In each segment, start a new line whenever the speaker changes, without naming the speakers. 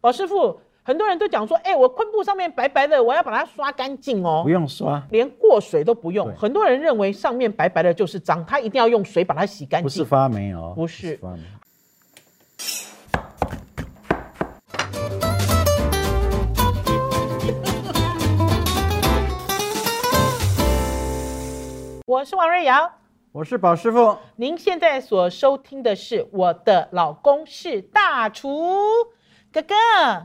宝师傅，很多人都讲说，哎、我昆布上面白白的，我要把它刷干净哦
不，用刷，
连过水都不用。
对
很多人认为上面白白的就是脏，它一定要用水把它洗干
不是
净。
发霉哦，
不是
发霉。
我是王瑞瑶，
我是宝师傅，
您现在所收听的是《我的老公是大厨》哥哥。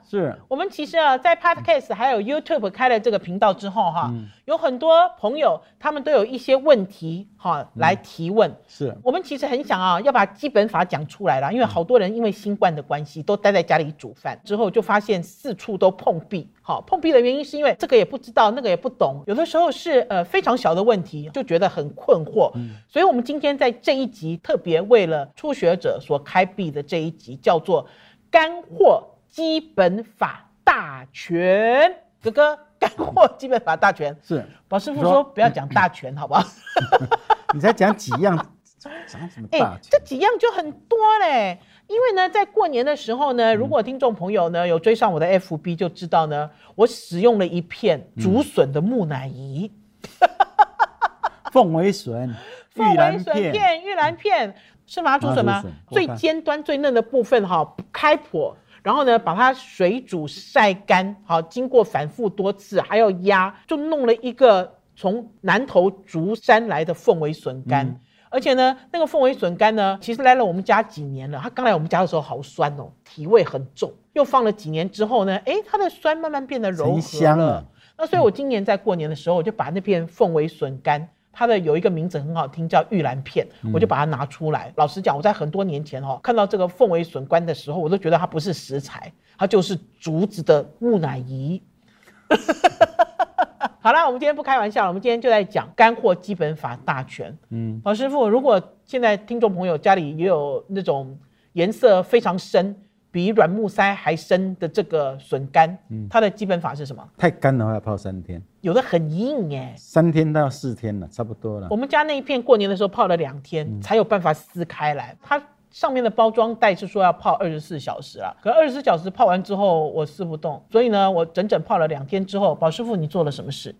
是
我们其实啊，在 Podcast 还有 YouTube 开了这个频道之后哈、
嗯
有很多朋友他们都有一些问题哈、
嗯
来提问。
是，
我们其实很想啊，要把基本法讲出来啦，因
嗯
为好多人因为新冠的关系，都待在家里煮饭，之后就发现四处都碰壁。好，碰壁的原因是因为这个也不知道，那个也不懂，有的时候是呃非常小的问题，就觉得很困惑。
嗯
所以我们今天在这一集特别为了初学者所开辟的这一集，叫做《干货基本法大全》。哥哥，干货基本法大全，
是，
宝师傅
你说
说不要讲大全，好不好？
你才讲几样， 讲什么
哎、
大
这
钱？
几样就很多嘞。因为呢，在过年的时候
嗯
呢，如果听众朋友呢有追上我的 FB，就知道呢，我使用了一片竹笋的木乃伊、
凤尾笋、玉
凤尾
兰
笋
片，
片、玉兰片，是麻竹笋吗
麻竹笋？我
最
看
尖端、最嫩的部分哈、开剖，然后呢，把它水煮晒干，好，经过反复多次，还要压，就弄了一个从南投竹山来的凤尾笋干。
嗯
而且呢，那个凤尾笋干呢，其实来了我们家几年了。它刚来我们家的时候好酸哦，体味很重。又放了几年之后呢，哎，它的酸慢慢变得柔和
沉香啊了
那所以，我今年在过年的时候，我就把那片凤尾笋干，它的有一个名字很好听，叫玉兰片，我就把它拿出来。老实讲，我在很多年前哦，看到这个凤尾笋干的时候，我都觉得它不是食材，它就是竹子的木乃伊。 好啦，我们今天不开玩笑了，我们今天就在讲干货基本法大全。
嗯，
老师傅，如果现在听众朋友家里也有那种颜色非常深，比软木塞还深的这个笋干，它的基本法是什么？
太干的话要泡三天，
有的很硬哎、
三天到四天了，差不多了
我。们家那一片过年的时候泡了两天，才有办法撕开来。它上面的包装袋是说要泡二十四小时啦，可二十四小时泡完之后我撕不动，所以呢，我整整泡了两天之后，宝师傅你做了什么事？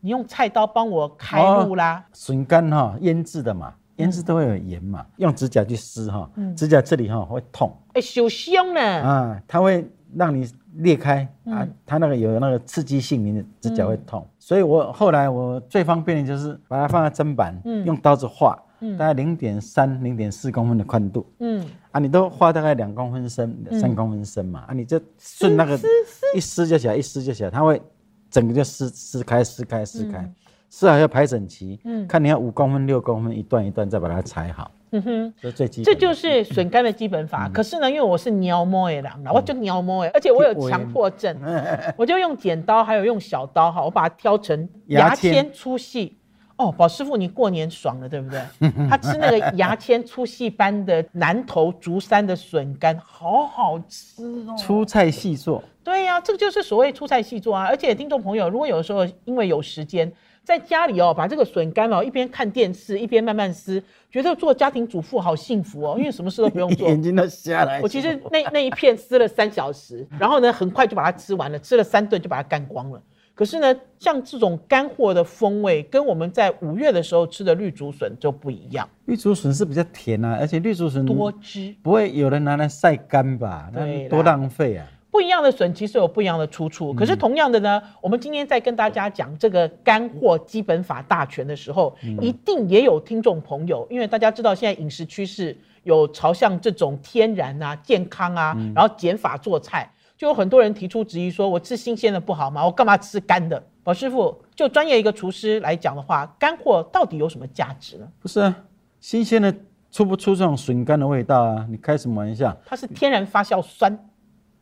你用菜刀帮我开路啦。
笋干哈，腌制的嘛，腌制都会有盐嘛，用指甲去撕哈，
嗯
指甲这里哈会痛
哎、手凶呢？
啊，它会让你裂开啊，它那个有那个刺激性，你的指甲会痛。所以我后来我最方便的就是把它放在砧板，用刀子划，大概零点三、零点四公分的宽度。
嗯，
啊，你都花大概两公分深、三公分深嘛，啊，你就顺那个
撕
一撕就起来，一撕就起来，它会整个就撕撕开、撕开、撕开，撕好要排整齐，看你要五公分、六公分，一段一段再把它裁好，
嗯哼，
这最基本
这
的。嗯
就是笋干的基本法。可是呢，因为我是鸟摸
哦
的狼啦，我就鸟摸欸的，而且我有强迫症，
嗯
我就用剪刀还有用小刀哈，我把它挑成牙
牙签
签粗细。哦，宝师傅，你过年爽了对不对？ 他吃那个牙签粗细般的南投竹山的笋干，好好吃哦。
粗菜细做，
对呀、这个就是所谓出菜细做啊！而且听众朋友，如果有时候因为有时间，在家里哦，把这个笋干哦一边看电视一边慢慢撕，觉得做家庭主妇好幸福哦，因为什么事都不用 做。
眼睛都瞎来。
我其实那那一片撕了三小时，然后呢，很快就把它吃完了，吃了三顿就把它干光了。可是呢，像这种干货的风味，跟我们在五月的时候吃的绿竹笋就不一样，
绿竹笋是比较甜啊，而且绿竹笋
多汁。
不会有人拿来晒干吧？
对啦
那多浪费啊！
不一样的笋其实有不一样的出处，可是同样的呢，我们今天在跟大家讲这个干货基本法大全的时候，一定也有听众朋友，因为大家知道现在饮食趋势有朝向这种天然啊、健康啊，然后减法做菜，就有很多人提出质疑说，我吃新鲜的不好吗？我干嘛吃干的？宝师傅，就专业一个厨师来讲的话，干货到底有什么价值呢？
不是啊，新鲜的出不出这种笋干的味道啊？你开什么玩笑？
它是天然发酵酸，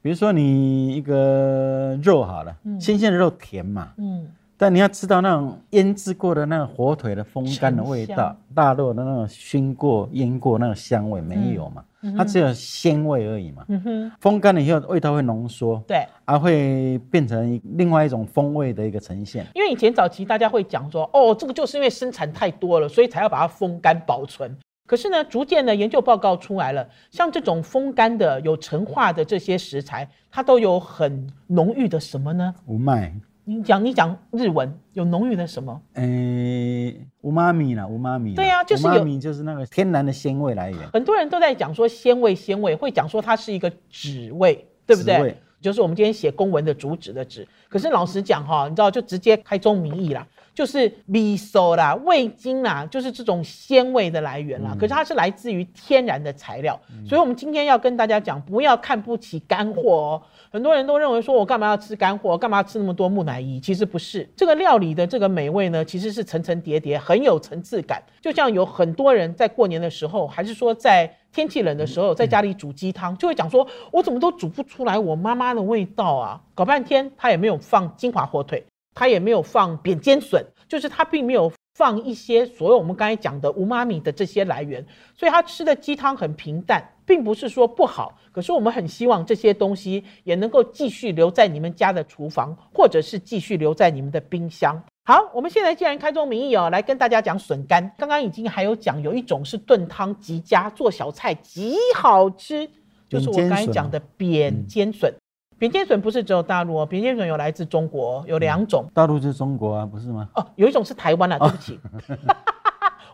比如说你一个肉好了，新鲜的肉甜嘛，
嗯，
但你要吃到那种腌制过的那个火腿的风干的味
沉
道，大肉的那种熏过、腌过那个香味没有嘛，它只有鲜味而已嘛。
嗯哼，
风干了以后，味道会浓缩，
对。
啊，会变成另外一种风味的一个呈现。
因为以前早期大家会讲说，哦，这个就是因为生产太多了，所以才要把它风干保存。可是呢，逐渐的研究报告出来了，像这种风干的、有陈化的这些食材，它都有很浓郁的什么呢？
无麦，
你讲，你讲日文有浓郁的什么？
诶，无妈咪呃啦，无妈咪啦。
对啊就是有
无妈咪就是那个天然的鲜味来源。
很多人都在讲说鲜味，鲜味会讲说它是一个脂味，对不
脂
对
味？
就是我们今天写公文的主旨的旨。可是老实讲哈、你知道就直接开宗明义啦，就是米索啦、味精啦，就是这种鲜味的来源啦。可是它是来自于天然的材料，所以我们今天要跟大家讲，不要看不起干货哦。很多人都认为说我干嘛要吃干货，干嘛吃那么多木乃伊？其实不是，这个料理的这个美味呢，其实是层层叠叠，很有层次感。就像有很多人在过年的时候，还是说在天气冷的时候，在家里煮鸡汤，就会讲说，我怎么都煮不出来我妈妈的味道啊！搞半天，他也没有放金华火腿，他也没有放扁尖笋，就是他并没有放一些所有我们刚才讲的无妈咪的这些来源，所以他吃的鸡汤很平淡，并不是说不好。可是我们很希望这些东西也能够继续留在你们家的厨房，或者是继续留在你们的冰箱。好，我们现在既然开宗明义哦，来跟大家讲笋干。刚刚已经还有讲，有一种是炖汤极佳，做小菜极好吃，就是我刚才讲的扁尖笋。扁尖笋不是只有大陆哦，扁尖笋有来自中国哦，有两种。
大陆就是中国啊，不是吗？
哦，有一种是台湾啦，对不起，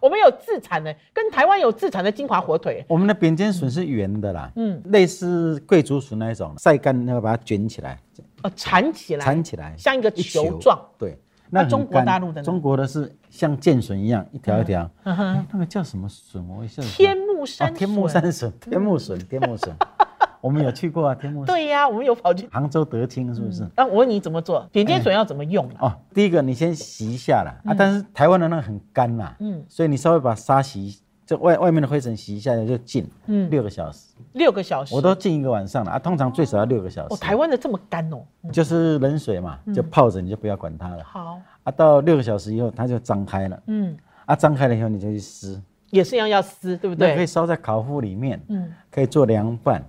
我们有自产的，跟台湾有自产的金华火腿，
我们的扁尖笋是圆的啦，
嗯，
类似贵竹笋那一种，晒干那个把它卷起来，
呃，缠起来，
缠起来，
像一个
一
球状，。
对，
那
那很
中国
干
大陆的呢
中国的是像剑笋一样一条一条，
嗯哼
哎那个叫什么笋？我一下子
天目
啊
山、
天目，山笋，天目笋，天目 笋，我们有去过啊，天目笋。
对呀、我们有跑去。
杭州德清是不是？
那、我问你怎么做？扁尖笋要怎么用啊？
哦，第一个你先洗一下啦，啊，但是台湾的那个很干啦，
嗯
嗯，所以你稍微把沙洗，这外外面的灰尘洗一下就浸，
嗯
嗯，六个小时，
六个小时。
我都浸一个晚上了啊，通常最少要六个小
哦，嗯
时，
台湾的这么干哦。
就是冷水嘛，就泡着你就不要管它了，
好，
啊，到六个小时以后它就张开了，
嗯，
啊，张开了以后你就去撕，
也是一样要撕，对不
那可以
对？
烧在烤麸里面，
嗯，
可以做凉拌，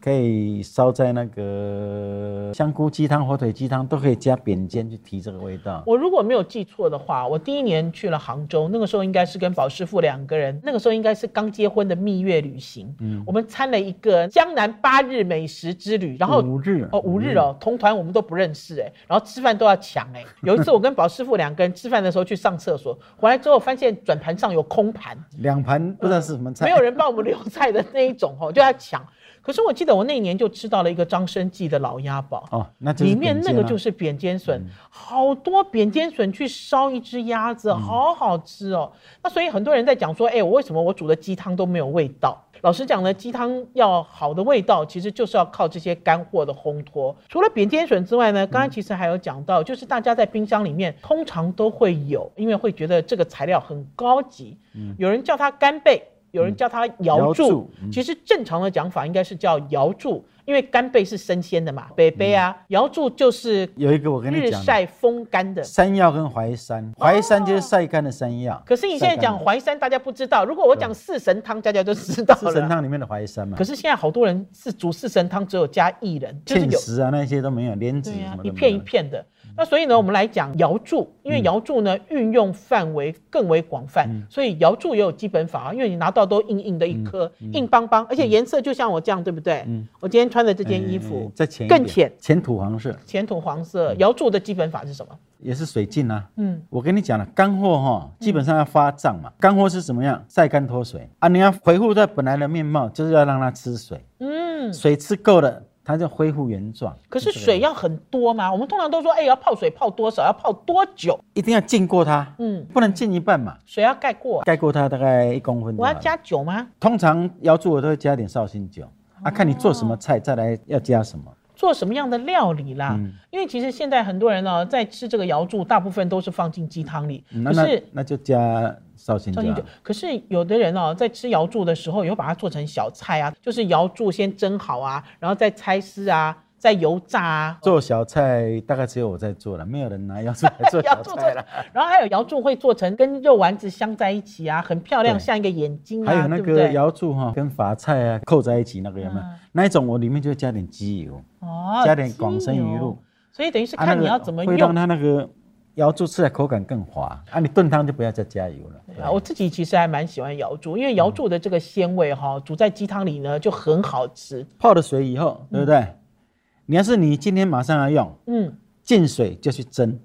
可以烧在那个香菇鸡汤、火腿鸡汤都可以加扁尖去提这个味道。
我如果没有记错的话，我第一年去了杭州，那个时候应该是跟宝师傅两个人，那个时候应该是刚结婚的蜜月旅行。
嗯
我们参了一个江南八日美食之旅，然后
五日
哦五日哦，同团我们都不认识哎，然后吃饭都要抢哎。有一次我跟宝师傅两个人吃饭的时候去上厕所，回来之后发现转盘上有空盘，
两盘不知道是什么菜，
没有人帮我们留菜的那一种哦，就要抢。可是我记得我那一年就吃到了一个张生记的老鸭煲。
哦，那就是
里面那个就是是扁尖笋，
嗯
好多扁尖笋去烧一只鸭
嗯
子，好好吃哦。那所以很多人在讲说，哎、我为什么我煮的鸡汤都没有味道？老实讲呢，鸡汤要好的味道，其实就是要靠这些干货的烘托。除了扁尖笋之外
嗯
呢，刚刚其实还有讲到，就是大家在冰箱里面通常都会有，因为会觉得这个材料很高级，有人叫它干贝。有人叫它瑶
嗯瑶
柱，
柱嗯
其实正常的讲法应该是叫瑶柱，因为干贝是生鲜的嘛，北贝啊，瑶柱就是
有一个我嗯跟你
日
讲的，
晒风干的。
山药跟淮山，淮山就是晒干的山药。
可是你现在讲淮山，大家不知道。如果我讲四神汤，大家就知道
四神
了。
汤里面的淮山嘛
可，是现在好多人是煮四神汤，只有加薏仁，就是
芡
有
实啊那些都没有，莲子
对呀
什、么
一
都没
片一
有。嗯
片的。那所以呢，我们来讲瑶柱，因为瑶柱呢运用范围更为广泛，
嗯
所以瑶柱也有基本法啊，因为你拿到都硬硬的一颗，
嗯
硬邦邦，而且颜色就像我这样，对不对？我今天穿的这件衣服
嗯，再浅一
更
点
浅，
浅土黄色
浅土黄色。瑶柱的基本法是什么？
也是水浸啊。
嗯，
我跟你讲了，干货哈、基本上要发胀嘛。干货是怎么样？晒干脱水啊，你要恢复它本来的面貌，就是要让它吃水。嗯，水吃够了，它就恢复原状。
可是水要很多吗？我们通常都说，哎、要泡水泡多少，要泡多久？
一定要浸过它，
嗯，
不能浸一半嘛，
水要盖过。
盖过它大概一公分就
我
好
要
了。
加酒吗？
通常瑶柱我都会加点绍兴酒
哦
啊，看你做什么菜，再来要加什么。
做什么样的料理啦？因为其实现在很多人呢、哦在吃这个瑶柱，大部分都是放进鸡汤里。
嗯那
可
那
是
那就加绍兴酒
绍兴酒
啊。，
可是有的人哦，在吃瑶柱的时候，也会把它做成小菜啊，就是瑶柱先蒸好啊，然后再拆丝啊，再油炸啊。
做小菜大概只有我在做了，没有人拿瑶柱来做
瑶
小
柱
菜了。
然后还有瑶柱会做成跟肉丸子镶在一起啊，很漂亮，
对
像一个眼睛啊，
还有那
对不
个
对？嗯
瑶柱哈，跟法菜啊扣在一起那个有没有？那一种我里面就会加点鸡油，
哦
加点广参
鸡油
鱼露，
所以等于是
啊那
看
个
你要怎么
会
用
让它那个瑶柱吃来口感更滑啊，你炖汤就不要再加油了。
啊，我自己其实还蛮喜欢瑶柱，因为瑶柱的这个鲜味哈、
嗯
煮在鸡汤里呢就很好吃。
泡了水以后，对不对？你要是你今天马上要用，
嗯，
进水就去蒸，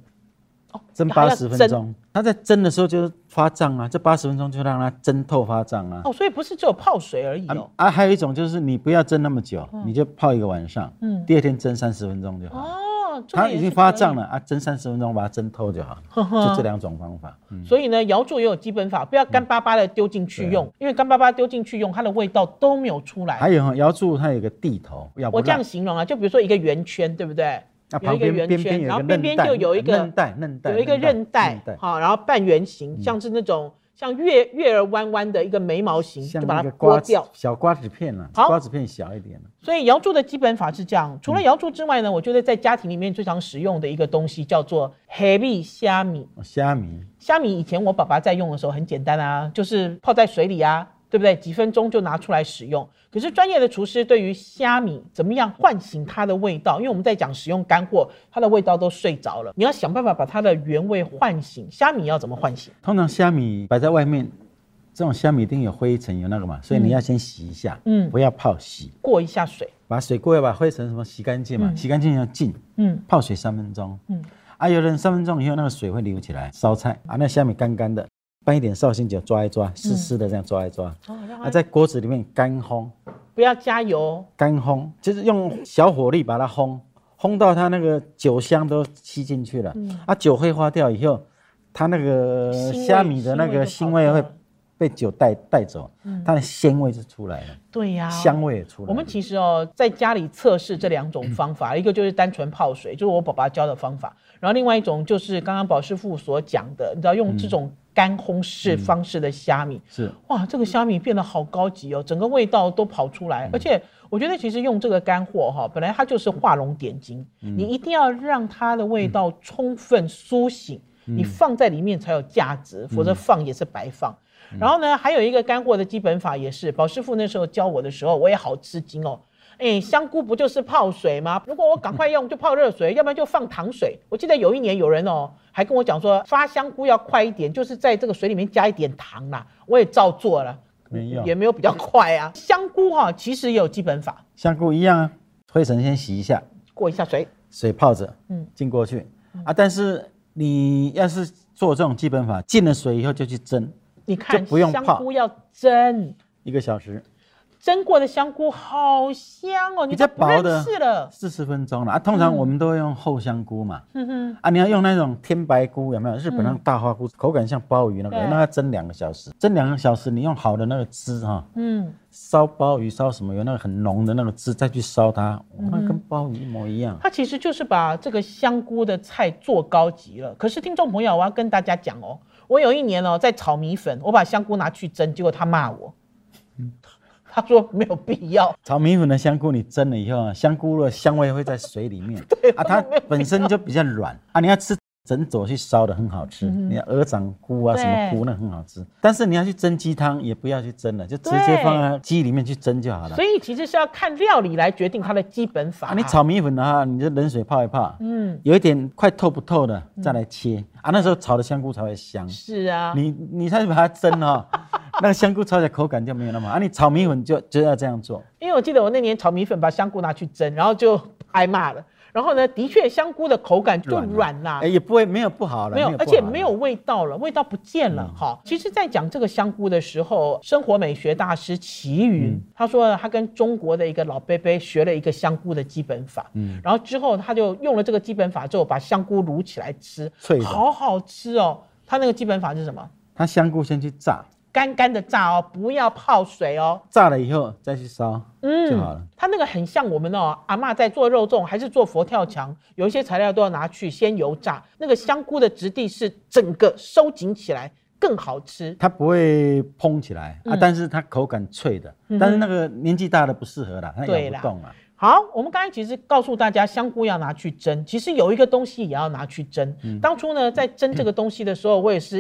哦
蒸
还
八
要
十分
蒸
钟。它在蒸的时候就是发胀啊，这八十分钟就让它蒸透发胀啊。
哦，所以不是只有泡水而已哦。
啊，还有一种就是你不要蒸那么久，你就泡一个晚上，
嗯
第二天蒸三十分钟就好。
哦，这
啊它
个也
已
是
经发
可以
胀了啊，蒸三十分钟把它蒸透就好。就这两种方法，嗯
所以呢，瑶柱也有基本法，不要干巴巴的丢进去用，因为干巴巴丢进去用，它的味道都没有出来。
还有哈，瑶柱它有个地头，要不
我这
烂
样形容啊，就比如说一个圆圈，对不对？
那
有
旁
一个
边
圆
边边
圈，
有
然后
一个
边
韧
边
带，啊
就有一
韧
个
带，韧带
有一个韧带
韧带，嗯
好，然后半圆形，像是那种像月月儿弯弯的一个眉毛形，
像
就
那
把
个
它
瓜
剥
子
掉。
小瓜子片了，
好
瓜子片小一点了。
所以瑶柱的基本法是这样，
嗯
除了瑶柱之外呢，我觉得在家庭里面最常使用的一个东西叫做黑米虾米。
哦虾米
虾米以前我爸爸在用的时候很简单啊，就是泡在水里啊，对不对？几分钟就拿出来使用。可是专业的厨师对于虾米怎么样唤醒它的味道，因为我们在讲使用干货，它的味道都睡着了，你要想办法把它的原味唤醒。虾米要怎么唤醒？
通常虾米摆在外面，这种虾米一定有灰尘，有那个嘛，所以你要先洗一下，
嗯
不要泡洗，
过一下水，
把水过要把灰尘什么洗干净嘛，洗干净要浸，
嗯
泡水三分钟，
嗯
啊，有的人三分钟以后那个水会流起来，烧菜啊，那虾米干干的，拌一点绍兴酒抓一抓，
嗯
湿湿的这样抓一抓，
哦，让
啊，
它
在锅子里面干烘，
不要加油，
干烘，就是用小火力把它烘，烘到它那个酒香都吸进去了，啊，酒挥发掉以后，它那个
嗯腥味
呃虾米的那个腥
腥
味
味就跑掉
会
了
被酒带带走，它的鲜味就出来了，
对呀、
香味也出来
嗯
了。
我们其实哦，在家里测试这两种方 法，一个就是单纯泡水，就是我爸爸教的方法，然后另外一种就是刚刚宝师傅所讲的，你知道用这种干烘式
嗯
方式的虾米，
是
哇，这个虾米变得好高级哦，整个味道都跑出来，而且我觉得其实用这个干货哈、本来它就是画龙点睛，你一定要让它的味道充分苏醒，你放在里面才有价值，否则放也是白放。然后呢，还有一个干货的基本法也是，宝师傅那时候教我的时候，我也好吃惊哦。哎，香菇不就是泡水吗？如果我赶快用，就泡热水，要不然就放糖水。我记得有一年有人哦，还跟我讲说发香菇要快一点，就是在这个水里面加一点糖啦。我也照做了，
没有
也没有比较快啊。香菇哈、其实也有基本法，
香菇一样啊，灰尘先洗一下，
过一下水，
水泡着，嗯
嗯，
浸过去啊。但是你要是做这种基本法，浸了水以后就去蒸
你看
就不用泡
香菇要蒸，
一个小时，
蒸过的香菇好香哦，
比
你
较
都不
薄的
认识了，
四十分钟了
嗯
啊。通常我们都会用厚香菇嘛，
哼哼。
啊，你要用那种天白菇，有没有？日本那种大花菇，口感像鲍鱼那个，
嗯对
那要蒸两个小时，蒸两个小时，你用好的那个汁哈、
嗯，
烧鲍鱼烧什么有那个很浓的那个汁，再去烧它，哇
嗯
那跟鲍鱼一模一样。
它其实就是把这个香菇的菜做高级了。可是听众朋友，我要跟大家讲哦，我有一年哦在炒米粉，我把香菇拿去蒸，结果他骂我，他说没有必要。
炒米粉的香菇你蒸了以后啊， 香菇的香味会在水里 面，啊，它本身就比较软啊，你要吃。整朵去烧的很好
嗯
吃，你看鹅掌菇啊
对
什么菇那很好吃，但是你要去蒸鸡汤也不要去蒸了，就直接
对
放在鸡里面去蒸就好了
所。以其实是要看料理来决定它的基本法。
嗯啊，你炒米粉的话，你就冷水泡一泡，
嗯，
有一点快透不透的，再来切、啊。那时候炒的香菇才会香，
是啊，
你你再把它蒸 哦，那个香菇炒起来口感就没有那么好啊。你炒米粉就就要这样做，
因为我记得我那年炒米粉把香菇拿去蒸，然后就挨骂了。然后呢，的确香菇的口感就
了
软啦
哎、，也不会没有不好
啊
了，
没有，
不
而且
好了嗯
没有味道了，味道不见了哈。其实，在讲这个香菇的时候，生活美学大师齐云、
嗯
他说他跟中国的一个老伯伯学了一个香菇的基本法，嗯，然后之后他就用了这个基本法之后，把香菇卤起来吃，
脆的
好好吃哦。他那个基本法是什么？
它香菇先去炸，
干干的炸哦，不要泡水哦。
炸了以后再去烧，
嗯
就好了。
它那个很像我们哦，阿嬷在做肉粽还是做佛跳墙，有一些材料都要拿去先油炸，那个香菇的质地是整个收紧起来更好吃。
它不会蓬起来、
嗯
啊，但是它口感脆的，但是那个年纪大的不适合啦，它咬
对
不
啦
动啊。
好，我们刚才其实告诉大家，香菇要拿去蒸，其实有一个东西也要拿去蒸。
嗯
当初呢，在蒸 这个东西的时候，我也是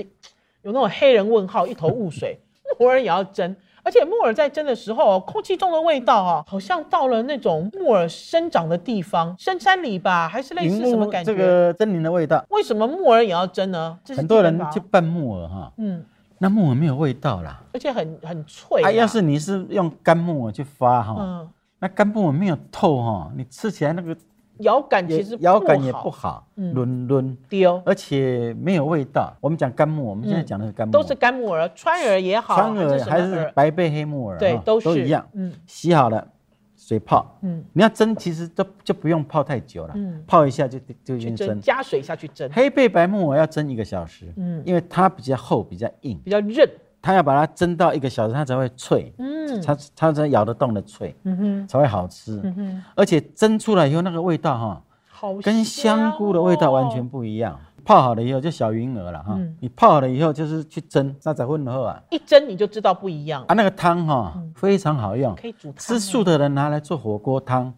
有那种黑人问号，一头雾水。摩尔也要蒸，而而且木耳在蒸的时候，哦空气中的味道啊，好像到了那种木耳生长的地方，深山里吧，还是类似
铃木
什么感觉？
这个森林的味道，
为什么木耳也要蒸呢？这是
很多人
地方吧
去拌木耳哈，
嗯，
那木耳没有味道啦。
而且很很脆
啊，要是你是用干木耳去发哈，
嗯，
那干木耳没有透哈，你吃起来那个
咬感
也
其实
咬感也
不
不
好
好，
嗯
伦敦，
丢，
而且没有味道。我们讲干木耳，我们现在讲的是干木
嗯
耳，
都是干木耳，川耳也好，
川耳
还
还
是什么
是
耳，
白背黑木耳，
对
哈，
都是
啊一样。
嗯
洗好了，水泡，
嗯
你要蒸其实都就不用泡太久了
嗯，
泡一下就就已
去
经
蒸，
蒸。
加水下去蒸，
黑背白木耳要蒸一个小时，
嗯
因为它比较厚比较硬，
比较韧，
它要把它蒸到一个小时，它才会脆，
嗯
它它才咬得动的脆，
嗯哼
才会好吃。
嗯哼，
而且蒸出来以后那个味道哈，
好香哦，
跟香菇的味道完全不一样。泡好了以后就小云鹅了哈
嗯，
你泡好了以后就是去蒸，那才混合啊
一蒸你就知道不一样，
啊那个汤哈非常好用，
嗯可以煮汤欸
吃素的人拿来做火锅汤、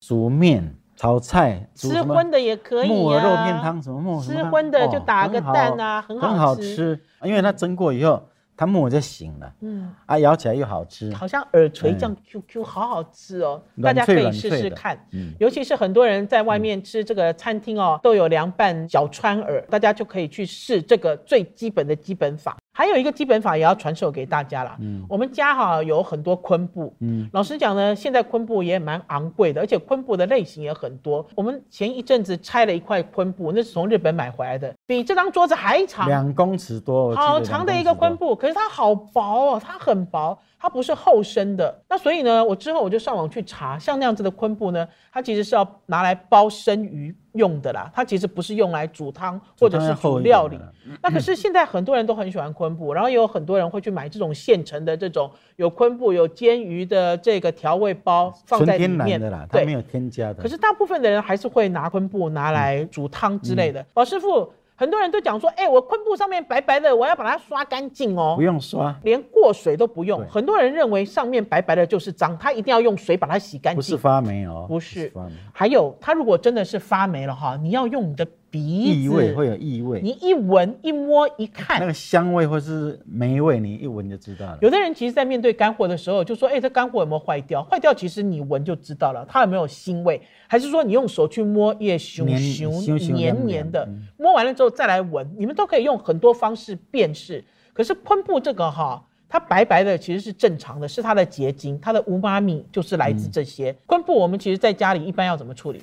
煮面、炒菜、煮
吃
什么
荤的也可以，
木耳肉片，汤什么木耳什么
吃
汤
荤的
哦
就打个蛋啊，很
很好
好，
吃，因为它蒸过以后，它木耳就醒了
嗯，
啊，咬起来又好吃。
好像耳垂这样 QQ，好好吃哦，大
哎软
家可
脆
以
软
试
脆
试
的
看。
嗯，
尤其是很多人在外面吃这个餐厅哦，都有凉拌小川耳，大家就可以去试这个最基本的基本法。还有一个基本法也要传授给大家啦。我们家哈、有很多昆布，
嗯
老实讲呢，现在昆布也蛮昂贵的，而且昆布的类型也很多。我们前一阵子拆了一块昆布，那是从日本买回来的，比这张桌子还长。
两公尺多，我记得
好长的一个
两公
昆
尺多，
布，可是它好薄哦，它很薄，它不是厚身的。那所以呢，我之后我就上网去查，像那样子的昆布呢，它其实是要拿来包生鱼用的啦，它其实不是用来煮汤或者
当
是
然
煮
厚一点
料理
的。了嗯
那可是现在很多人都很喜欢昆布，然后也有很多人会去买这种现成的这种有昆布、有煎鱼的这个调味包放
纯
在里
天
面
然的啦，它
对
没，有添加的。
可是大部分的人还是会拿昆布拿来煮汤之类的。
嗯
老师傅，很多人都讲说，哎、我昆布上面白白的，我要把它刷干净哦
不。用刷，
连过水都不用，
嗯对
很多人认为上面白白的就是脏，他一定要用水把它洗干
不是
净。
发霉哦，
不是
发霉，
还有，它如果真的是发霉了哈，你要用你的鼻子，
异味会有异味，
你一闻、一摸、一
那
看。
个香味或是霉味，你一闻就知道了。
有的人其实，在面对干货的时候，就说：“哎、这干货有没有坏掉？坏掉，其实你闻就知道了，它有没有腥味，还是说你用手去摸，也熊
黏
熊
熊熊
黏黏
凉凉
的
嗯，
摸完了之后再来闻，你们都可以用很多方式辨识。可是昆布这个哈，它白白的其实是正常的，是它的结晶，它的无妈咪就是来
嗯
自这些、昆布。我们其实在家里一般要怎么处理？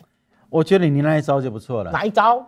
我觉得你那一招就不错了。
哪一招？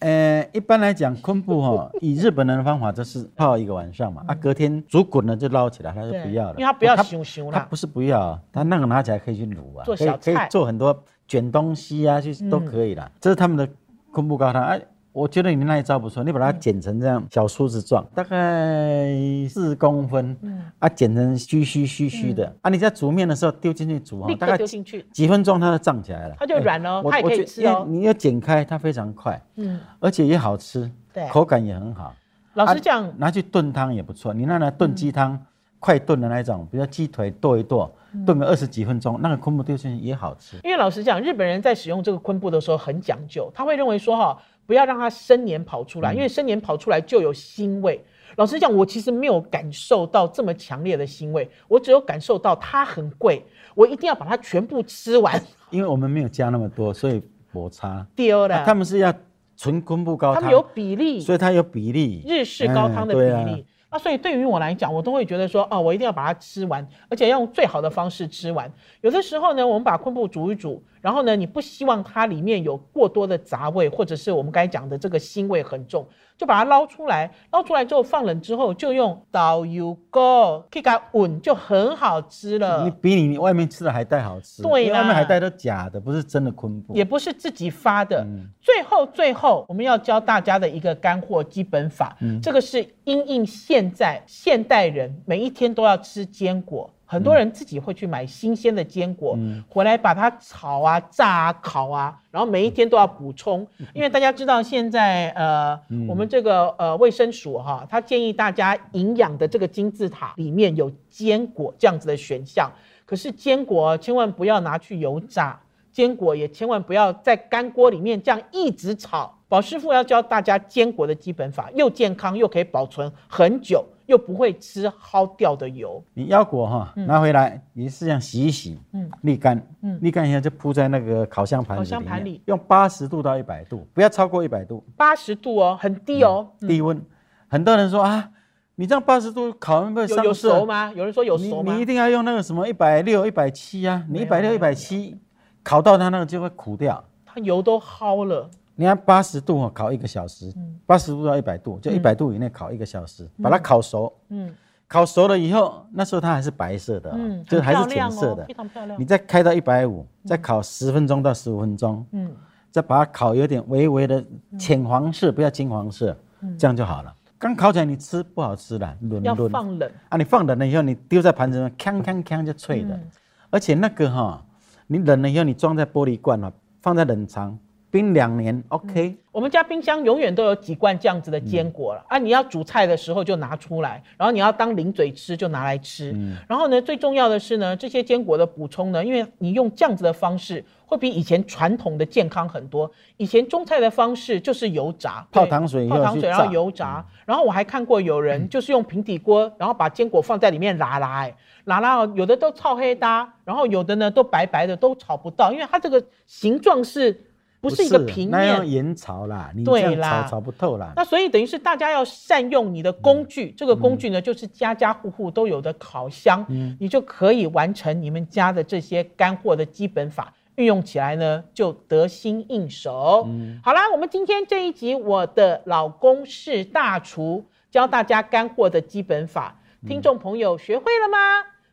呃，一般来讲，昆布哈、 以日本人的方法就是泡一个晚上嘛，啊，隔天煮滚了就捞起来，他就
嗯对
不要了，哦
因为它不要
它
熊熊
它
啦。
不是不要啊，它那个拿起来可以去卤啊，
做
可以
小
可以
菜嗯
做很多卷东西啊，去都可以啦。这是他们的昆布高汤，哎、我觉得你那一招不错，你把它剪成这样小梳子状，大概四公分，
嗯
啊，剪成须须须须的，啊，你在煮面的时候丢进去煮啊
立，
大
刻
概
丢进去，嗯
几分钟它就胀起来了，
它就
哎
软了
我
它也
我
可以
觉
吃
因为
哦
你要剪开它非常快，
嗯，
而且也好吃，
对
口感也很好。
老
啊
实讲，
拿去炖汤也不错，你拿来炖鸡汤，快炖的那一种，比如说鸡腿剁一剁，
嗯
炖个二十几分钟，那个昆布丢进去也好吃。
因为老实讲，日本人在使用这个昆布的时候很讲究，他会认为说哈，不要让它生黏跑出
嗯
来，因为生黏跑出来就有腥味。老实讲，我其实没有感受到这么强烈的腥味，我只有感受到它很贵，我一定要把它全部吃完
因为我们没有加那么多，所以抹茶。
丢了。
啊他们是要纯昆布高
他
汤
们，有比例，
所以它有比例。
日式高汤的比
嗯
例。。那所以对于我来讲，我都会觉得说，哦，我一定要把它吃完，而且要用最好的方式吃完。有的时候呢，我们把昆布煮一煮，然后呢，你不希望它里面有过多的杂味，或者是我们刚才讲的这个腥味很重，就把它捞出来。捞出来之后放冷之后，就用导游锅给它滚，就很好吃
对啊
了
你。比你外面吃的海带好吃，
对啦
因为外面海带都假的，不是真的昆布。
也不是自己发的。最后，最后我们要教大家的一个干货基本法，这个是因应现在现代人每一天都要吃坚果。很多人自己会去买新鲜的坚果、
嗯
回来，把它炒啊、炸啊、烤啊，然后每一天都要补充，因为大家知道现在呃，我们这个呃卫生署哈，它建议大家营养的这个金字塔里面有坚果这样子的选项，可是坚果千万不要拿去油炸，坚果也千万不要在干锅里面这样一直炒。宝师傅要教大家坚果的基本法，又健康又可以保存很久，又不会吃耗掉的油。
你腰果哈、拿回来也是这样洗一洗，
嗯
嗯，沥干，
嗯
嗯，沥干以后就铺在那个烤箱盘
烤
子里
箱
面，
盘里
用八十度到一百度，不要超过一百度，
八十度哦，很
嗯
低哦。
低温。很多人说啊，你这样八十度烤会不会
有有
上
熟
色？
吗？有人说有
你
熟吗
你一？定要用那个什么一百六、一百七啊，你
没
一
有
百
没
六、
有
一百七，烤到它那个就会苦掉。
它油都薅了。
你看八十度哦，烤一个小时，
嗯
八十度到一百度，就一百度以内烤一个小时，把它烤熟。
嗯
烤熟了以后，那时候它还是白色的哦，
嗯，
就是还是
很漂亮哦
浅
嗯
色的
非。常漂亮
你。再开到一百五，再烤十分钟到十五分钟，
嗯，
再把它烤有点微微的浅黄色，不要金黄色，这样就好了。刚烤起来你吃不好吃了，软
嗯要
软
放冷。
啊，你放冷了以后，你丢在盘子上，锵锵锵就脆了。
嗯
而且那个哈、你冷了以后，你装在玻璃罐啊，放在冷藏，冰两
嗯
年，OK。
我们家冰箱永远都有几罐这样子的坚果
嗯
了、啊！你要煮菜的时候就拿出来，然后你要当零嘴吃就拿来吃。
嗯
然后呢，最重要的是呢，这些坚果的补充呢，因为你用这样子的方式，会比以前传统的健康很多。以前中菜的方式就是油炸，
泡
对
糖水以后
泡糖
去
水，然后
炸嗯
油炸。然后我还看过有人就是用平底锅，然后把坚果放在里面拉拉、哎，拉拉哦，有的都超黑搭，然后有的呢都白白的，都炒不到，因为它这个形状是。不是一个平
那
面
要，盐炒啦，你这
对
样
啦
炒炒不透啦。
那所以等于是大家要善用你的工具，这个工具呢就是家家户户都有的烤箱，你就可以完成你们家的这些干货的基本法。运用起来呢，就得心应手。好啦，我们今天这一集《我的老公是大厨》，教大家干货的基本法。听众朋友学会了吗？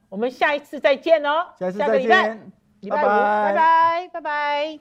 我们下一次再见哦，
下次
个
再
礼拜
见，
礼拜五，拜拜，拜拜。